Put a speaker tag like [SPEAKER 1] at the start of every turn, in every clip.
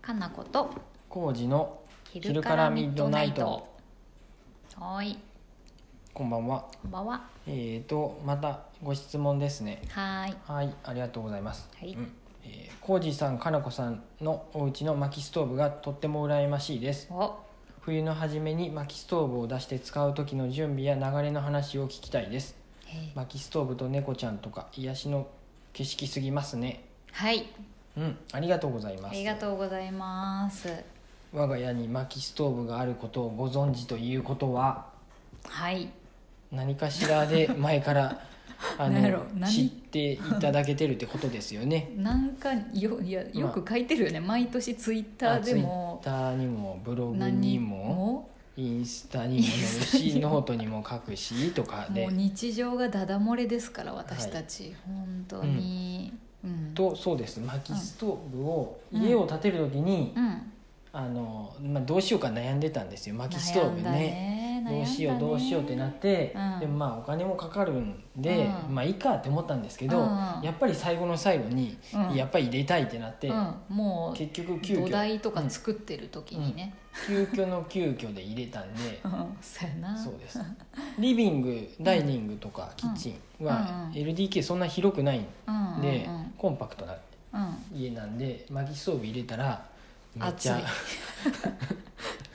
[SPEAKER 1] かなこと
[SPEAKER 2] 工事の
[SPEAKER 1] 昼からミッドナイトはーい
[SPEAKER 2] こんばんは。
[SPEAKER 1] こんばんは
[SPEAKER 2] えっ、とまたご質問ですね。
[SPEAKER 1] はーい
[SPEAKER 2] はい、ありがとうございます。
[SPEAKER 1] はい
[SPEAKER 2] うんえー、工事さん、かなこさんのお家の薪ストーブがとっても羨ましいです。
[SPEAKER 1] お
[SPEAKER 2] 冬の初めに薪ストーブを出して使う時の準備や流れの話を聞きたいです。
[SPEAKER 1] へー
[SPEAKER 2] 薪ストーブと猫ちゃんとか癒しの景色すぎますね。
[SPEAKER 1] はい
[SPEAKER 2] うん、ありがとうございま
[SPEAKER 1] あ
[SPEAKER 2] す。
[SPEAKER 1] りがとうございます
[SPEAKER 2] 我が家に薪ストーブがあることをご存知ということは
[SPEAKER 1] はい
[SPEAKER 2] 何かしらで前から あ
[SPEAKER 1] なんやろ
[SPEAKER 2] の
[SPEAKER 1] 何
[SPEAKER 2] 知っていただけてるってことです よね。
[SPEAKER 1] なんかよいやよく書いてるよね、毎年ツイッターでも
[SPEAKER 2] ツイッターにもブログ
[SPEAKER 1] 何
[SPEAKER 2] に
[SPEAKER 1] に
[SPEAKER 2] も
[SPEAKER 1] も
[SPEAKER 2] インスタにも載る
[SPEAKER 1] インスタ
[SPEAKER 2] し
[SPEAKER 1] にも
[SPEAKER 2] ノートにも書くしとかで
[SPEAKER 1] もう日常がダダ漏れですから私たち、本当にうん、
[SPEAKER 2] とそうです薪ストーブを
[SPEAKER 1] うん
[SPEAKER 2] 家を建てる時に、
[SPEAKER 1] うん、
[SPEAKER 2] あのまあ、どうしようか悩んでたんですよ薪ストー
[SPEAKER 1] 悩
[SPEAKER 2] ブ
[SPEAKER 1] ん
[SPEAKER 2] ね
[SPEAKER 1] だね
[SPEAKER 2] どうしようどうしようってなって、
[SPEAKER 1] うん
[SPEAKER 2] でもまあお金もかかるんで、
[SPEAKER 1] うん
[SPEAKER 2] まあいいかって思ったんですけど、
[SPEAKER 1] うん
[SPEAKER 2] やっぱり最後の最後に、
[SPEAKER 1] うん
[SPEAKER 2] やっぱり入れたいってなって、
[SPEAKER 1] うん、もう
[SPEAKER 2] 結局急
[SPEAKER 1] 土
[SPEAKER 2] 遽
[SPEAKER 1] 台とか作ってる時にね、
[SPEAKER 2] 急遽の急遽で入れた んで
[SPEAKER 1] うんそうやな
[SPEAKER 2] そうですリビングダイニングとかキッチンは
[SPEAKER 1] うん
[SPEAKER 2] LDK そんな広くないん
[SPEAKER 1] うんうんうん
[SPEAKER 2] で、コンパクトな
[SPEAKER 1] う
[SPEAKER 2] 家なんで薪ストーブ入れたらめっち
[SPEAKER 1] 暑
[SPEAKER 2] ゃ
[SPEAKER 1] い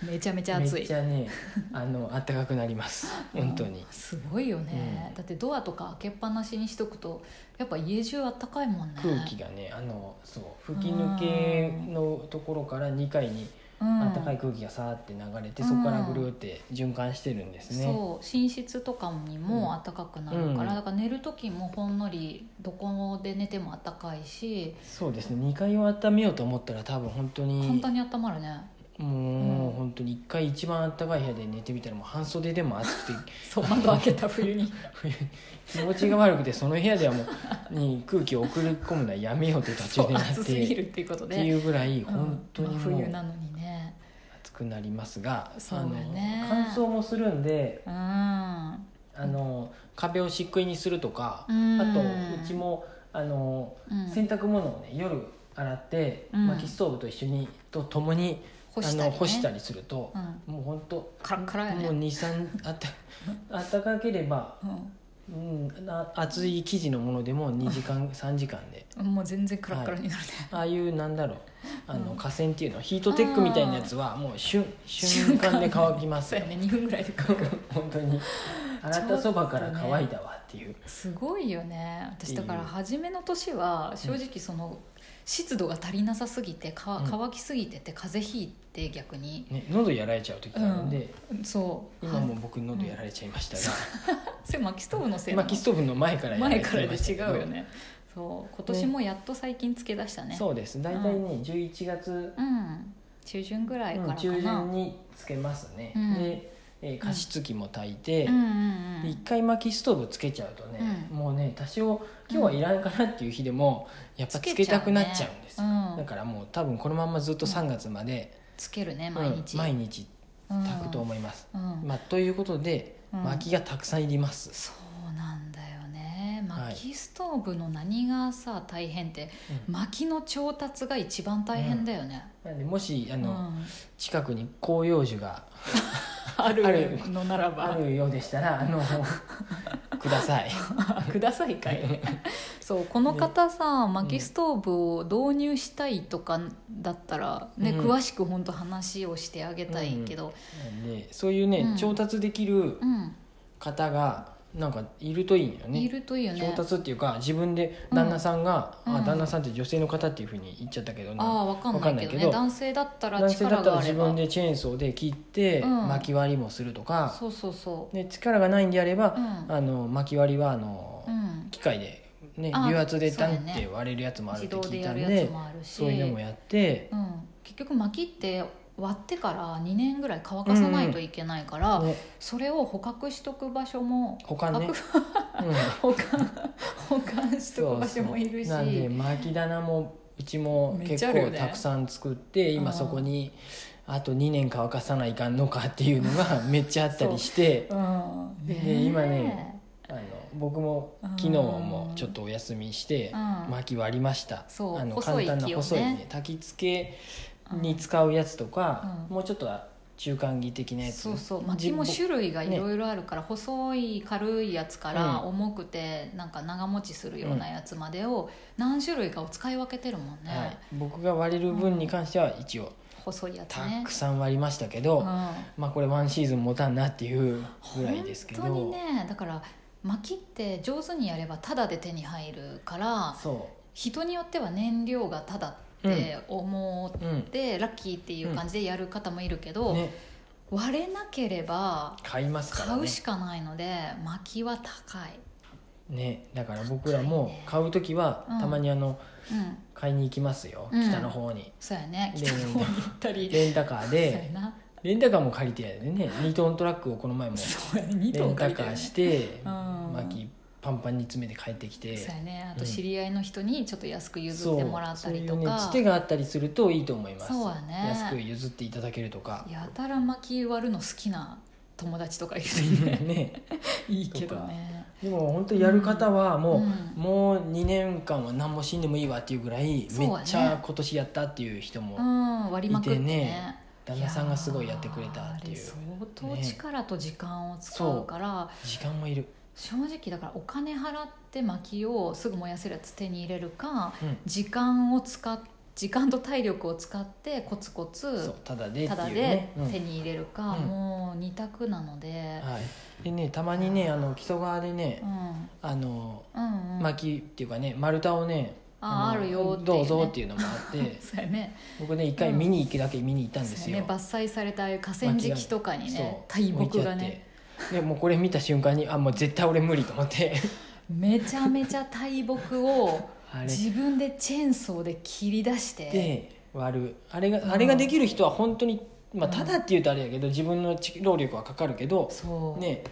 [SPEAKER 1] ん、めちゃめちゃ
[SPEAKER 2] め
[SPEAKER 1] 暑
[SPEAKER 2] っ
[SPEAKER 1] い
[SPEAKER 2] ちゃ ねあの暖かくなります本当に
[SPEAKER 1] うん、すごいよね、
[SPEAKER 2] うん
[SPEAKER 1] だってドアとか開けっぱなしにしとくとやっぱ家中あったかいもんね
[SPEAKER 2] 空気がねあのそう吹き抜けのところから2階に
[SPEAKER 1] うん
[SPEAKER 2] 暖かい空気がさーって流れて、そこからぐるーって循環してるんですね、
[SPEAKER 1] そう寝室とかにも暖かくなるから、
[SPEAKER 2] うん
[SPEAKER 1] だから寝る時もほんのりどこで寝ても暖かいし
[SPEAKER 2] そうですね2階を温めようと思ったら多分本当に
[SPEAKER 1] 簡単に温まるね
[SPEAKER 2] もう、
[SPEAKER 1] うん
[SPEAKER 2] 本当に1回一番暖かい部屋で寝てみたらもう半袖でも暑くて
[SPEAKER 1] そう窓開けた冬に
[SPEAKER 2] 冬気持ちが悪くてその部屋ではもうに空気を送り込むのはやめようって途
[SPEAKER 1] そう
[SPEAKER 2] 中でなって
[SPEAKER 1] 暑すぎるっていうこと
[SPEAKER 2] って
[SPEAKER 1] で
[SPEAKER 2] いうぐらい
[SPEAKER 1] うん
[SPEAKER 2] 本当に
[SPEAKER 1] 真
[SPEAKER 2] も
[SPEAKER 1] 冬
[SPEAKER 2] う
[SPEAKER 1] なのにね
[SPEAKER 2] 暑くなりますが、
[SPEAKER 1] そう
[SPEAKER 2] あ
[SPEAKER 1] だ
[SPEAKER 2] の
[SPEAKER 1] ね
[SPEAKER 2] 乾燥もするんで
[SPEAKER 1] うん
[SPEAKER 2] あの壁を漆喰にするとか、
[SPEAKER 1] うん
[SPEAKER 2] あとうちもあの
[SPEAKER 1] うん
[SPEAKER 2] 洗濯物をね夜洗って、
[SPEAKER 1] うん
[SPEAKER 2] 薪ストーブと一緒にと共に
[SPEAKER 1] 干したりね
[SPEAKER 2] あの干したりすると
[SPEAKER 1] う、ん
[SPEAKER 2] もう本当
[SPEAKER 1] カラッカラや
[SPEAKER 2] もう
[SPEAKER 1] ね
[SPEAKER 2] 二三 あったあったかければ、うん、な厚い生地のものでも2時間3時間で
[SPEAKER 1] うんもう全然カラッカラになるね、
[SPEAKER 2] ああいうなんだろうあの
[SPEAKER 1] うん
[SPEAKER 2] 河川っていうのヒートテックみたいなやつはもう瞬瞬間で乾きます
[SPEAKER 1] そう
[SPEAKER 2] よ
[SPEAKER 1] やね2分ぐらいで乾く
[SPEAKER 2] 本当に洗ったそばから乾いたわっていう、
[SPEAKER 1] すごいよね
[SPEAKER 2] ってい
[SPEAKER 1] 私
[SPEAKER 2] う
[SPEAKER 1] だから初めの年は正直その湿度が足りなさすぎてか
[SPEAKER 2] うん
[SPEAKER 1] 乾きすぎてて風邪ひいて逆に
[SPEAKER 2] ね、喉やられちゃう時があるんで、
[SPEAKER 1] そう
[SPEAKER 2] 今も
[SPEAKER 1] は
[SPEAKER 2] 僕喉やられちゃいました
[SPEAKER 1] それ薪ストーブのせい
[SPEAKER 2] が
[SPEAKER 1] な
[SPEAKER 2] 薪、ストーブの前から
[SPEAKER 1] の
[SPEAKER 2] やら
[SPEAKER 1] 前
[SPEAKER 2] れ
[SPEAKER 1] か
[SPEAKER 2] ちゃ
[SPEAKER 1] ら
[SPEAKER 2] い
[SPEAKER 1] で
[SPEAKER 2] ました
[SPEAKER 1] 違
[SPEAKER 2] けど
[SPEAKER 1] うよねそう今年もやっと最近つけ出したね
[SPEAKER 2] そうです大体ね11月
[SPEAKER 1] うん中旬ぐらいからかな、
[SPEAKER 2] 中旬につけますね、
[SPEAKER 1] うん
[SPEAKER 2] で、えー加湿器も炊いて、
[SPEAKER 1] うんうんう
[SPEAKER 2] 一
[SPEAKER 1] ん
[SPEAKER 2] 回薪ストーブつけちゃうとね、
[SPEAKER 1] うん
[SPEAKER 2] もうね多少今日はいらんかなっていう日でも、やっぱつけたくなっちゃうんですよ、
[SPEAKER 1] うん
[SPEAKER 2] だからもう多分このまんまずっと3月まで、
[SPEAKER 1] つけるね
[SPEAKER 2] うん
[SPEAKER 1] 毎日、
[SPEAKER 2] 毎日
[SPEAKER 1] うん
[SPEAKER 2] 炊くと思います、
[SPEAKER 1] うん
[SPEAKER 2] まあ、ということで、
[SPEAKER 1] うん
[SPEAKER 2] 薪がたくさんいります、
[SPEAKER 1] そうなんだよね
[SPEAKER 2] はい
[SPEAKER 1] 薪ストーブの何がさ大変って、
[SPEAKER 2] うん
[SPEAKER 1] 薪の調達が一番大変だよね、
[SPEAKER 2] なんでもしあ
[SPEAKER 1] うん
[SPEAKER 2] の、近くに広葉樹が
[SPEAKER 1] あ
[SPEAKER 2] る
[SPEAKER 1] るのなら
[SPEAKER 2] あ
[SPEAKER 1] ば
[SPEAKER 2] るようでしたらあ のください
[SPEAKER 1] くださいか いそうこの方さ薪ストーブを導入したいとかだったらね、
[SPEAKER 2] うん
[SPEAKER 1] 詳しく本当話をしてあげたいけど
[SPEAKER 2] なんでそういうね、
[SPEAKER 1] うん
[SPEAKER 2] 調達できる
[SPEAKER 1] うん、
[SPEAKER 2] 方がなんかいるといいよね
[SPEAKER 1] いるといいよね
[SPEAKER 2] 調達っていうか自分で旦那さんが、
[SPEAKER 1] うん
[SPEAKER 2] あ
[SPEAKER 1] うん
[SPEAKER 2] 旦那さんって女性の方っていうふうに言っちゃったけどね、
[SPEAKER 1] ああわかんないけ
[SPEAKER 2] わかんない
[SPEAKER 1] ど
[SPEAKER 2] け
[SPEAKER 1] ね
[SPEAKER 2] ど
[SPEAKER 1] 男性だったら
[SPEAKER 2] 男性だ
[SPEAKER 1] 力
[SPEAKER 2] ったら
[SPEAKER 1] があ
[SPEAKER 2] 自
[SPEAKER 1] れ
[SPEAKER 2] 分
[SPEAKER 1] ば
[SPEAKER 2] でチェーンソーで切って、
[SPEAKER 1] うん
[SPEAKER 2] 巻き割りもするとか、
[SPEAKER 1] そうそうそ
[SPEAKER 2] で力がないんであれば
[SPEAKER 1] う、う、ん
[SPEAKER 2] あの巻き割りはあの、
[SPEAKER 1] うん、
[SPEAKER 2] 機械で、ね、
[SPEAKER 1] あ
[SPEAKER 2] 油圧で
[SPEAKER 1] そう
[SPEAKER 2] ダ
[SPEAKER 1] だ
[SPEAKER 2] ン
[SPEAKER 1] ね
[SPEAKER 2] って割れるやつもあるっ
[SPEAKER 1] 自
[SPEAKER 2] て
[SPEAKER 1] 動で
[SPEAKER 2] 聞いた
[SPEAKER 1] や
[SPEAKER 2] ん
[SPEAKER 1] る
[SPEAKER 2] で
[SPEAKER 1] やつもあるし
[SPEAKER 2] そういうのもやって、
[SPEAKER 1] うん、結局薪って割ってから2年ぐらい乾かさないといけないから、
[SPEAKER 2] ね、
[SPEAKER 1] それを捕獲しとく場所も
[SPEAKER 2] 保管ね、
[SPEAKER 1] 捕
[SPEAKER 2] うん、
[SPEAKER 1] 保管保管しとく場所もいるし
[SPEAKER 2] なんで巻き棚もうちも
[SPEAKER 1] めっち
[SPEAKER 2] 結
[SPEAKER 1] ゃあるよ
[SPEAKER 2] 構
[SPEAKER 1] ね
[SPEAKER 2] たくさん作って、今そこにあと2年乾かさないかんのかっていうのが めっちゃあったりして。
[SPEAKER 1] うん
[SPEAKER 2] で
[SPEAKER 1] え
[SPEAKER 2] 今ねあの僕も昨日もちょっとお休みして
[SPEAKER 1] うん
[SPEAKER 2] 薪割りました、
[SPEAKER 1] そう
[SPEAKER 2] あの
[SPEAKER 1] 細
[SPEAKER 2] 簡
[SPEAKER 1] い
[SPEAKER 2] 単な
[SPEAKER 1] 木をね
[SPEAKER 2] 細いね焚き付けに使うやつとか、
[SPEAKER 1] う
[SPEAKER 2] もうちょっと中間着的なやつ
[SPEAKER 1] そうそう薪も
[SPEAKER 2] じ
[SPEAKER 1] 種類がいろいろあるから、細い軽いやつから
[SPEAKER 2] うん
[SPEAKER 1] 重くてなんか長持ちするようなやつまでを何種類かを使い分けてるもんね、
[SPEAKER 2] はい、僕が割れる分に関しては一応
[SPEAKER 1] 細いやつ
[SPEAKER 2] た
[SPEAKER 1] ね
[SPEAKER 2] くさん割りましたけど、まあこれワンシーズン持たんなっていう
[SPEAKER 1] うん、
[SPEAKER 2] ぐらいですけど
[SPEAKER 1] 本当にねだから薪って上手にやればタダで手に入るから
[SPEAKER 2] そ
[SPEAKER 1] 人によっては燃料がタダって思
[SPEAKER 2] う、うん
[SPEAKER 1] って、ラッキーっていう感じでやる方もいるけど、
[SPEAKER 2] ね、
[SPEAKER 1] 割れなければ
[SPEAKER 2] 買いますから
[SPEAKER 1] 買う
[SPEAKER 2] ね
[SPEAKER 1] しかないので薪は高い、
[SPEAKER 2] ねだから僕らも買う時は
[SPEAKER 1] うん
[SPEAKER 2] たまにあの
[SPEAKER 1] うん、
[SPEAKER 2] 買いに行きますよ、
[SPEAKER 1] うん
[SPEAKER 2] 北の方に
[SPEAKER 1] そうやね
[SPEAKER 2] で
[SPEAKER 1] 北の方に行ったり
[SPEAKER 2] レンタカー
[SPEAKER 1] そうや
[SPEAKER 2] で
[SPEAKER 1] な
[SPEAKER 2] レンタカーも借りてやでね2トントラックをこの前も
[SPEAKER 1] そうやね2
[SPEAKER 2] レ
[SPEAKER 1] トン
[SPEAKER 2] ン
[SPEAKER 1] 借
[SPEAKER 2] タ
[SPEAKER 1] り
[SPEAKER 2] カ
[SPEAKER 1] てるよ
[SPEAKER 2] ー
[SPEAKER 1] ね
[SPEAKER 2] し
[SPEAKER 1] そ
[SPEAKER 2] て
[SPEAKER 1] うん
[SPEAKER 2] 薪パンパンに詰めて帰ってきて
[SPEAKER 1] うやねあと知り合いの人にちょっと安く譲ってもらったりと
[SPEAKER 2] そうそういうね
[SPEAKER 1] か
[SPEAKER 2] つてがあったりするといいと思います
[SPEAKER 1] そうやね
[SPEAKER 2] 安く譲っていただけるとか
[SPEAKER 1] やたら薪割るの好きな友達とかいるといいね
[SPEAKER 2] ね
[SPEAKER 1] いいけどね
[SPEAKER 2] でも本当やる方はもう、
[SPEAKER 1] うん
[SPEAKER 2] もう2年間は何も死んでもいいわっていうぐらい
[SPEAKER 1] そう
[SPEAKER 2] めっ
[SPEAKER 1] やね
[SPEAKER 2] ちゃ今年やったっていう人
[SPEAKER 1] う
[SPEAKER 2] も
[SPEAKER 1] ん割りまくって
[SPEAKER 2] いて
[SPEAKER 1] ね
[SPEAKER 2] ね旦那さんがすごいやってくれたってい
[SPEAKER 1] や
[SPEAKER 2] う
[SPEAKER 1] ーあれ相当力と時間を使うから、
[SPEAKER 2] 時間もいる、
[SPEAKER 1] 正直だからお金払って薪をすぐ燃やせるやつ手に入れるか
[SPEAKER 2] うん、
[SPEAKER 1] 時間を使っ時間と体力を使ってコツコ
[SPEAKER 2] そう
[SPEAKER 1] ツ
[SPEAKER 2] ただでって
[SPEAKER 1] ただ
[SPEAKER 2] いうね
[SPEAKER 1] で、手に入れるか、
[SPEAKER 2] うん
[SPEAKER 1] もう二択なの
[SPEAKER 2] う
[SPEAKER 1] で
[SPEAKER 2] ん、はい、でねたまにねあの木曽川でね
[SPEAKER 1] うん、うん
[SPEAKER 2] あの
[SPEAKER 1] うん
[SPEAKER 2] 薪っていうかね丸太をね
[SPEAKER 1] ああ
[SPEAKER 2] の
[SPEAKER 1] るよっていうね
[SPEAKER 2] どうぞっていうのもあって
[SPEAKER 1] そうやね
[SPEAKER 2] 僕ね一回見に行くだけ見に行ったんです
[SPEAKER 1] そう
[SPEAKER 2] よ、
[SPEAKER 1] やね伐採されたああいう河川敷とかにね大木がね
[SPEAKER 2] 置いてあってでもうこれ見た瞬間にあもう絶対俺無理と思って
[SPEAKER 1] めちゃめちゃ大木を
[SPEAKER 2] あれ
[SPEAKER 1] 自分でチェーンソーで切り出して
[SPEAKER 2] で割るあれが、
[SPEAKER 1] うん
[SPEAKER 2] あれができる人は本当にまあただって言うとあれやけど自分の知労力はかかるけど、
[SPEAKER 1] そう、
[SPEAKER 2] ね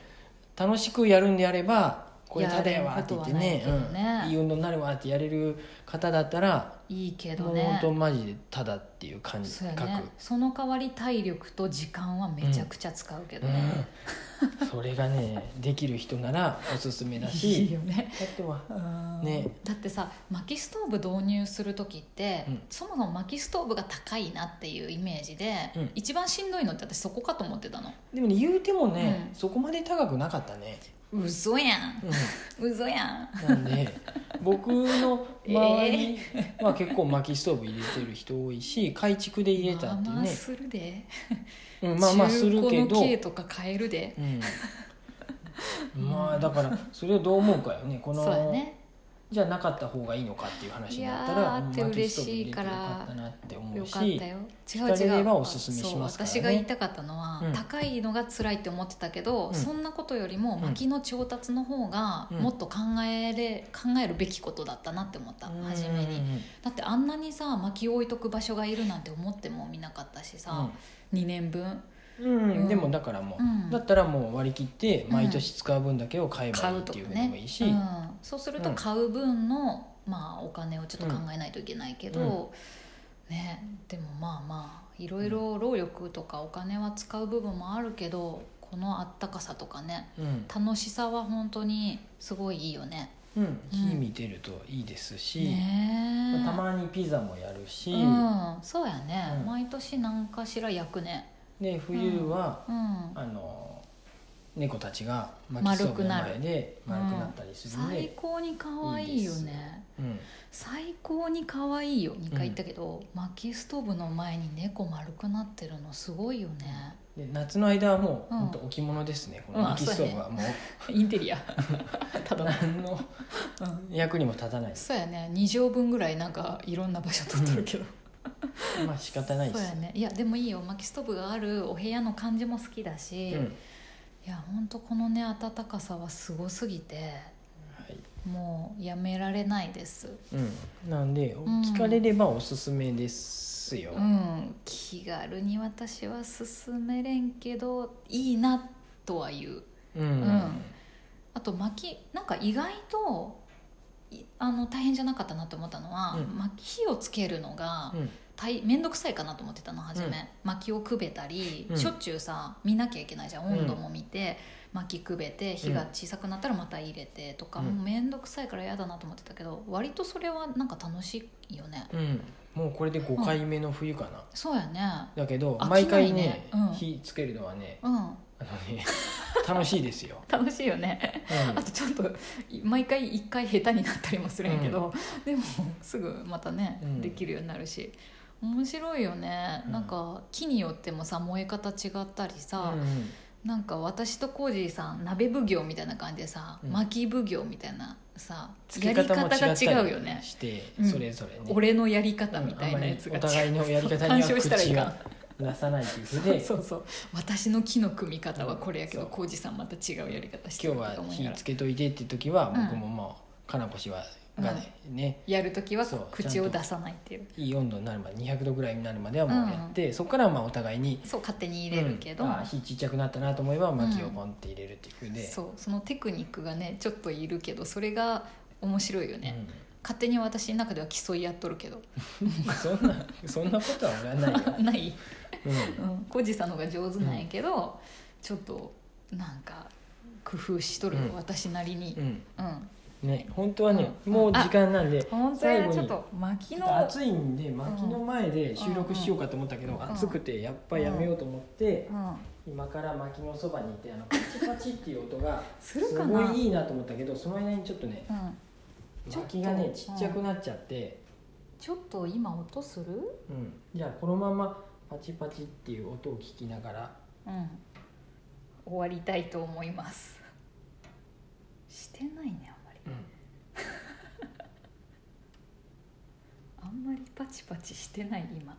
[SPEAKER 2] 楽しくやるんであればこれただやわ
[SPEAKER 1] や
[SPEAKER 2] って
[SPEAKER 1] るこ
[SPEAKER 2] 言
[SPEAKER 1] と
[SPEAKER 2] って
[SPEAKER 1] はない
[SPEAKER 2] ね
[SPEAKER 1] けどね
[SPEAKER 2] うん、いい運動になるわってやれる方だったら、
[SPEAKER 1] いいけど
[SPEAKER 2] もう本
[SPEAKER 1] ね
[SPEAKER 2] 当マジでただっていう感じ
[SPEAKER 1] そう
[SPEAKER 2] 覚
[SPEAKER 1] やねその代わり体力と時間はめちゃくちゃ使うけどね、
[SPEAKER 2] うん、それがねできる人ならおすすめだ
[SPEAKER 1] いい
[SPEAKER 2] し
[SPEAKER 1] よね
[SPEAKER 2] あとは
[SPEAKER 1] ね
[SPEAKER 2] ね、
[SPEAKER 1] だってさ薪ストーブ導入する時って、
[SPEAKER 2] うん
[SPEAKER 1] そもそも薪ストーブが高いなっていうイメージで、
[SPEAKER 2] うん
[SPEAKER 1] 一番しんどいのって私そこかと思ってたの
[SPEAKER 2] でもね言うてもね、
[SPEAKER 1] うん
[SPEAKER 2] そこまで高くなかったね、
[SPEAKER 1] 嘘やん
[SPEAKER 2] うん
[SPEAKER 1] 嘘やん
[SPEAKER 2] な んで僕の周りは結構薪ストーブ入れてる人多いし改築で入れたって
[SPEAKER 1] まあ
[SPEAKER 2] い
[SPEAKER 1] ま
[SPEAKER 2] う
[SPEAKER 1] あ
[SPEAKER 2] ね、
[SPEAKER 1] するで、
[SPEAKER 2] うん、まあまあする
[SPEAKER 1] 中
[SPEAKER 2] け
[SPEAKER 1] 古の
[SPEAKER 2] ど、
[SPEAKER 1] 軽とか買えるで
[SPEAKER 2] うん、まあだからそれをどう思うかよねこ
[SPEAKER 1] そ
[SPEAKER 2] の
[SPEAKER 1] うやね
[SPEAKER 2] じゃあなかった方がいいのかっていう話になった
[SPEAKER 1] いや
[SPEAKER 2] ら
[SPEAKER 1] ー
[SPEAKER 2] うん
[SPEAKER 1] あって
[SPEAKER 2] 薪ストー
[SPEAKER 1] 嬉し
[SPEAKER 2] ブ入
[SPEAKER 1] い
[SPEAKER 2] れ
[SPEAKER 1] か
[SPEAKER 2] て
[SPEAKER 1] ら
[SPEAKER 2] よかったなって思
[SPEAKER 1] よ
[SPEAKER 2] う
[SPEAKER 1] かったよ
[SPEAKER 2] し
[SPEAKER 1] 違う
[SPEAKER 2] 聞かれ
[SPEAKER 1] 違
[SPEAKER 2] れ
[SPEAKER 1] う
[SPEAKER 2] ばおすすめしますからね
[SPEAKER 1] そう私が言いたかったのは、
[SPEAKER 2] うん
[SPEAKER 1] 高いのが辛いって思ってたけど、
[SPEAKER 2] うん
[SPEAKER 1] そんなことよりも薪の調達の方が
[SPEAKER 2] うん
[SPEAKER 1] もっと考えれ、考えるべきことだったなって思った、
[SPEAKER 2] うん
[SPEAKER 1] 初め
[SPEAKER 2] うん
[SPEAKER 1] にだってあんなにさ薪置いとく場所がいるなんて思っても見なかったしさ、2年分
[SPEAKER 2] うんうん
[SPEAKER 1] うん
[SPEAKER 2] でもだからもう、
[SPEAKER 1] うん
[SPEAKER 2] だったらもう割り切って毎年使う分だけを買えば
[SPEAKER 1] 買
[SPEAKER 2] いいうっ
[SPEAKER 1] と
[SPEAKER 2] て
[SPEAKER 1] か
[SPEAKER 2] いうの
[SPEAKER 1] ね
[SPEAKER 2] もいいし、
[SPEAKER 1] うん、そうすると
[SPEAKER 2] うん
[SPEAKER 1] 買う分の、まあ、お金をちょっと考えないといけないけど、ね、でもまあまあいろいろ労力とかお金は使う部分もあるけどこのあったかさとかね
[SPEAKER 2] うん
[SPEAKER 1] 楽しさは本当にすごいいいよね。
[SPEAKER 2] うん、火見てるといいですし、
[SPEAKER 1] ねえ
[SPEAKER 2] たまにピザもやるし、
[SPEAKER 1] うん、そうやね、
[SPEAKER 2] うん
[SPEAKER 1] 毎年何かしら焼くね、
[SPEAKER 2] で冬は、
[SPEAKER 1] うん、
[SPEAKER 2] あの猫たちが薪ス
[SPEAKER 1] 丸
[SPEAKER 2] トーブ
[SPEAKER 1] く
[SPEAKER 2] の
[SPEAKER 1] なる
[SPEAKER 2] 前で丸くなったりするん
[SPEAKER 1] 最
[SPEAKER 2] で、
[SPEAKER 1] 高に可愛いよ
[SPEAKER 2] いいで
[SPEAKER 1] ね
[SPEAKER 2] うん
[SPEAKER 1] 最高に可愛いよ2回言ったけど、薪ストーブの前に猫丸くなってるのすごいよね
[SPEAKER 2] で夏の間はもう、
[SPEAKER 1] うん
[SPEAKER 2] ほんと置物ですねこ
[SPEAKER 1] う
[SPEAKER 2] の
[SPEAKER 1] ん
[SPEAKER 2] 薪ストーブはも う、
[SPEAKER 1] インテリア ただ、
[SPEAKER 2] 何の
[SPEAKER 1] うん、
[SPEAKER 2] 役にも立たないです
[SPEAKER 1] そうやね2畳分ぐらいなんかいろんな場所取ってるけど
[SPEAKER 2] まあ仕方ないで
[SPEAKER 1] そうや
[SPEAKER 2] す、
[SPEAKER 1] ねいやでもいいよ薪ストーブがあるお部屋の感じも好きだし、
[SPEAKER 2] うん
[SPEAKER 1] いやほんとこのね暖かさはすごすぎて
[SPEAKER 2] はい
[SPEAKER 1] もうやめられないです
[SPEAKER 2] うん、なんで、
[SPEAKER 1] ん
[SPEAKER 2] 聞かれればおすすめですよ、
[SPEAKER 1] うん気軽に私は進めれんけどいいなとは言う
[SPEAKER 2] うん
[SPEAKER 1] んあと薪なんか意外といあの大変じゃなかったなと思ったのは、
[SPEAKER 2] うん
[SPEAKER 1] 薪火をつけるのが
[SPEAKER 2] うん
[SPEAKER 1] 大面倒くさいかなと思ってたの初め、
[SPEAKER 2] うん
[SPEAKER 1] 薪をくべたり、
[SPEAKER 2] うん
[SPEAKER 1] しょっちゅうさ見なきゃいけないじゃん温度も見て、薪くべて火が小さくなったらまた入れてとか、
[SPEAKER 2] うん
[SPEAKER 1] もう面倒くさいから嫌だなと思ってたけど割とそれはなんか楽しいよね。
[SPEAKER 2] うんもうこれで5回目の冬かな、
[SPEAKER 1] そうやね
[SPEAKER 2] だけど
[SPEAKER 1] 飽きないね
[SPEAKER 2] 毎回ね
[SPEAKER 1] うん
[SPEAKER 2] 火つけるのはね
[SPEAKER 1] うん
[SPEAKER 2] あのね楽しいですよ、
[SPEAKER 1] 楽しいよね あとちょっとい毎回一回下手になったりもするんやけど、でもすぐまたね、
[SPEAKER 2] うん
[SPEAKER 1] できるようになるし面白いよね、
[SPEAKER 2] うん
[SPEAKER 1] なんか木によってもさ燃え方違ったりさ、
[SPEAKER 2] うんうん
[SPEAKER 1] なんか私とコージーさん鍋奉行みたいな感じでさ、
[SPEAKER 2] うん
[SPEAKER 1] 薪奉行みたいなさ
[SPEAKER 2] つ
[SPEAKER 1] や
[SPEAKER 2] け
[SPEAKER 1] り
[SPEAKER 2] 方
[SPEAKER 1] 方
[SPEAKER 2] も
[SPEAKER 1] が
[SPEAKER 2] 違った
[SPEAKER 1] 違う
[SPEAKER 2] り
[SPEAKER 1] よね
[SPEAKER 2] して
[SPEAKER 1] うん
[SPEAKER 2] それぞれね、
[SPEAKER 1] 俺のやり方みたいなやつが
[SPEAKER 2] うんあんまりお互いのや り方に
[SPEAKER 1] 干渉
[SPEAKER 2] は
[SPEAKER 1] したらい
[SPEAKER 2] 口
[SPEAKER 1] かん
[SPEAKER 2] は出さないっていうこと
[SPEAKER 1] そう
[SPEAKER 2] で
[SPEAKER 1] そうそう私の木の組み方はこれやけど
[SPEAKER 2] そう
[SPEAKER 1] 浩二さんまた違うやり方して
[SPEAKER 2] 今
[SPEAKER 1] る
[SPEAKER 2] 日
[SPEAKER 1] と
[SPEAKER 2] は
[SPEAKER 1] 思いな
[SPEAKER 2] 火
[SPEAKER 1] がら
[SPEAKER 2] つけといてって時は
[SPEAKER 1] うん
[SPEAKER 2] 僕ももうかなこしはがね、
[SPEAKER 1] やる時は
[SPEAKER 2] そう
[SPEAKER 1] 口を出さないっていう
[SPEAKER 2] いい温度になるまで200度ぐらいになるまではもうやって、そこからはまあお互いに
[SPEAKER 1] そう勝手に入れるけど、
[SPEAKER 2] うんあ火ちっちゃくなったなと思えば薪をポンって入れるっていうふうで、
[SPEAKER 1] そうそのテクニックがねちょっといるけどそれが面白いよね、勝手に私の中では競い合っとるけど
[SPEAKER 2] うんそんなそんなことは俺はない よ、
[SPEAKER 1] ない
[SPEAKER 2] うん
[SPEAKER 1] うん浩二さんの方が上手なんやけど、ちょっとなんか工夫しとるよ、
[SPEAKER 2] うん
[SPEAKER 1] 私なりにうん
[SPEAKER 2] うんね本当はね、
[SPEAKER 1] うん
[SPEAKER 2] もう時間なんで、
[SPEAKER 1] 本当
[SPEAKER 2] 最
[SPEAKER 1] や
[SPEAKER 2] 後
[SPEAKER 1] ちょっ
[SPEAKER 2] に
[SPEAKER 1] と薪
[SPEAKER 2] ちょっ
[SPEAKER 1] の
[SPEAKER 2] と暑いんで薪の前で収録しようかと思ったけど、
[SPEAKER 1] ん
[SPEAKER 2] 暑くてやっぱやめようと思って
[SPEAKER 1] う、ん、
[SPEAKER 2] 今から薪のそばにいてあのパチパチっていう音が
[SPEAKER 1] す
[SPEAKER 2] す
[SPEAKER 1] るか
[SPEAKER 2] ご
[SPEAKER 1] ない
[SPEAKER 2] いいなと思ったけどその間にちょっとね
[SPEAKER 1] うん、ちょっと
[SPEAKER 2] 薪がねちっちゃくなっちゃって、
[SPEAKER 1] ちょっと今音する
[SPEAKER 2] うんじゃあこのままパチパチっていう音を聞きながら
[SPEAKER 1] うん終わりたいと思いますしてないねあんまりあんまりパチパチしてない今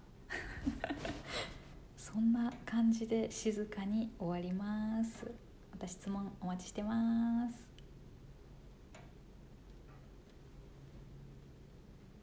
[SPEAKER 1] そんな感じで静かに終わりますまた質問お待ちしてます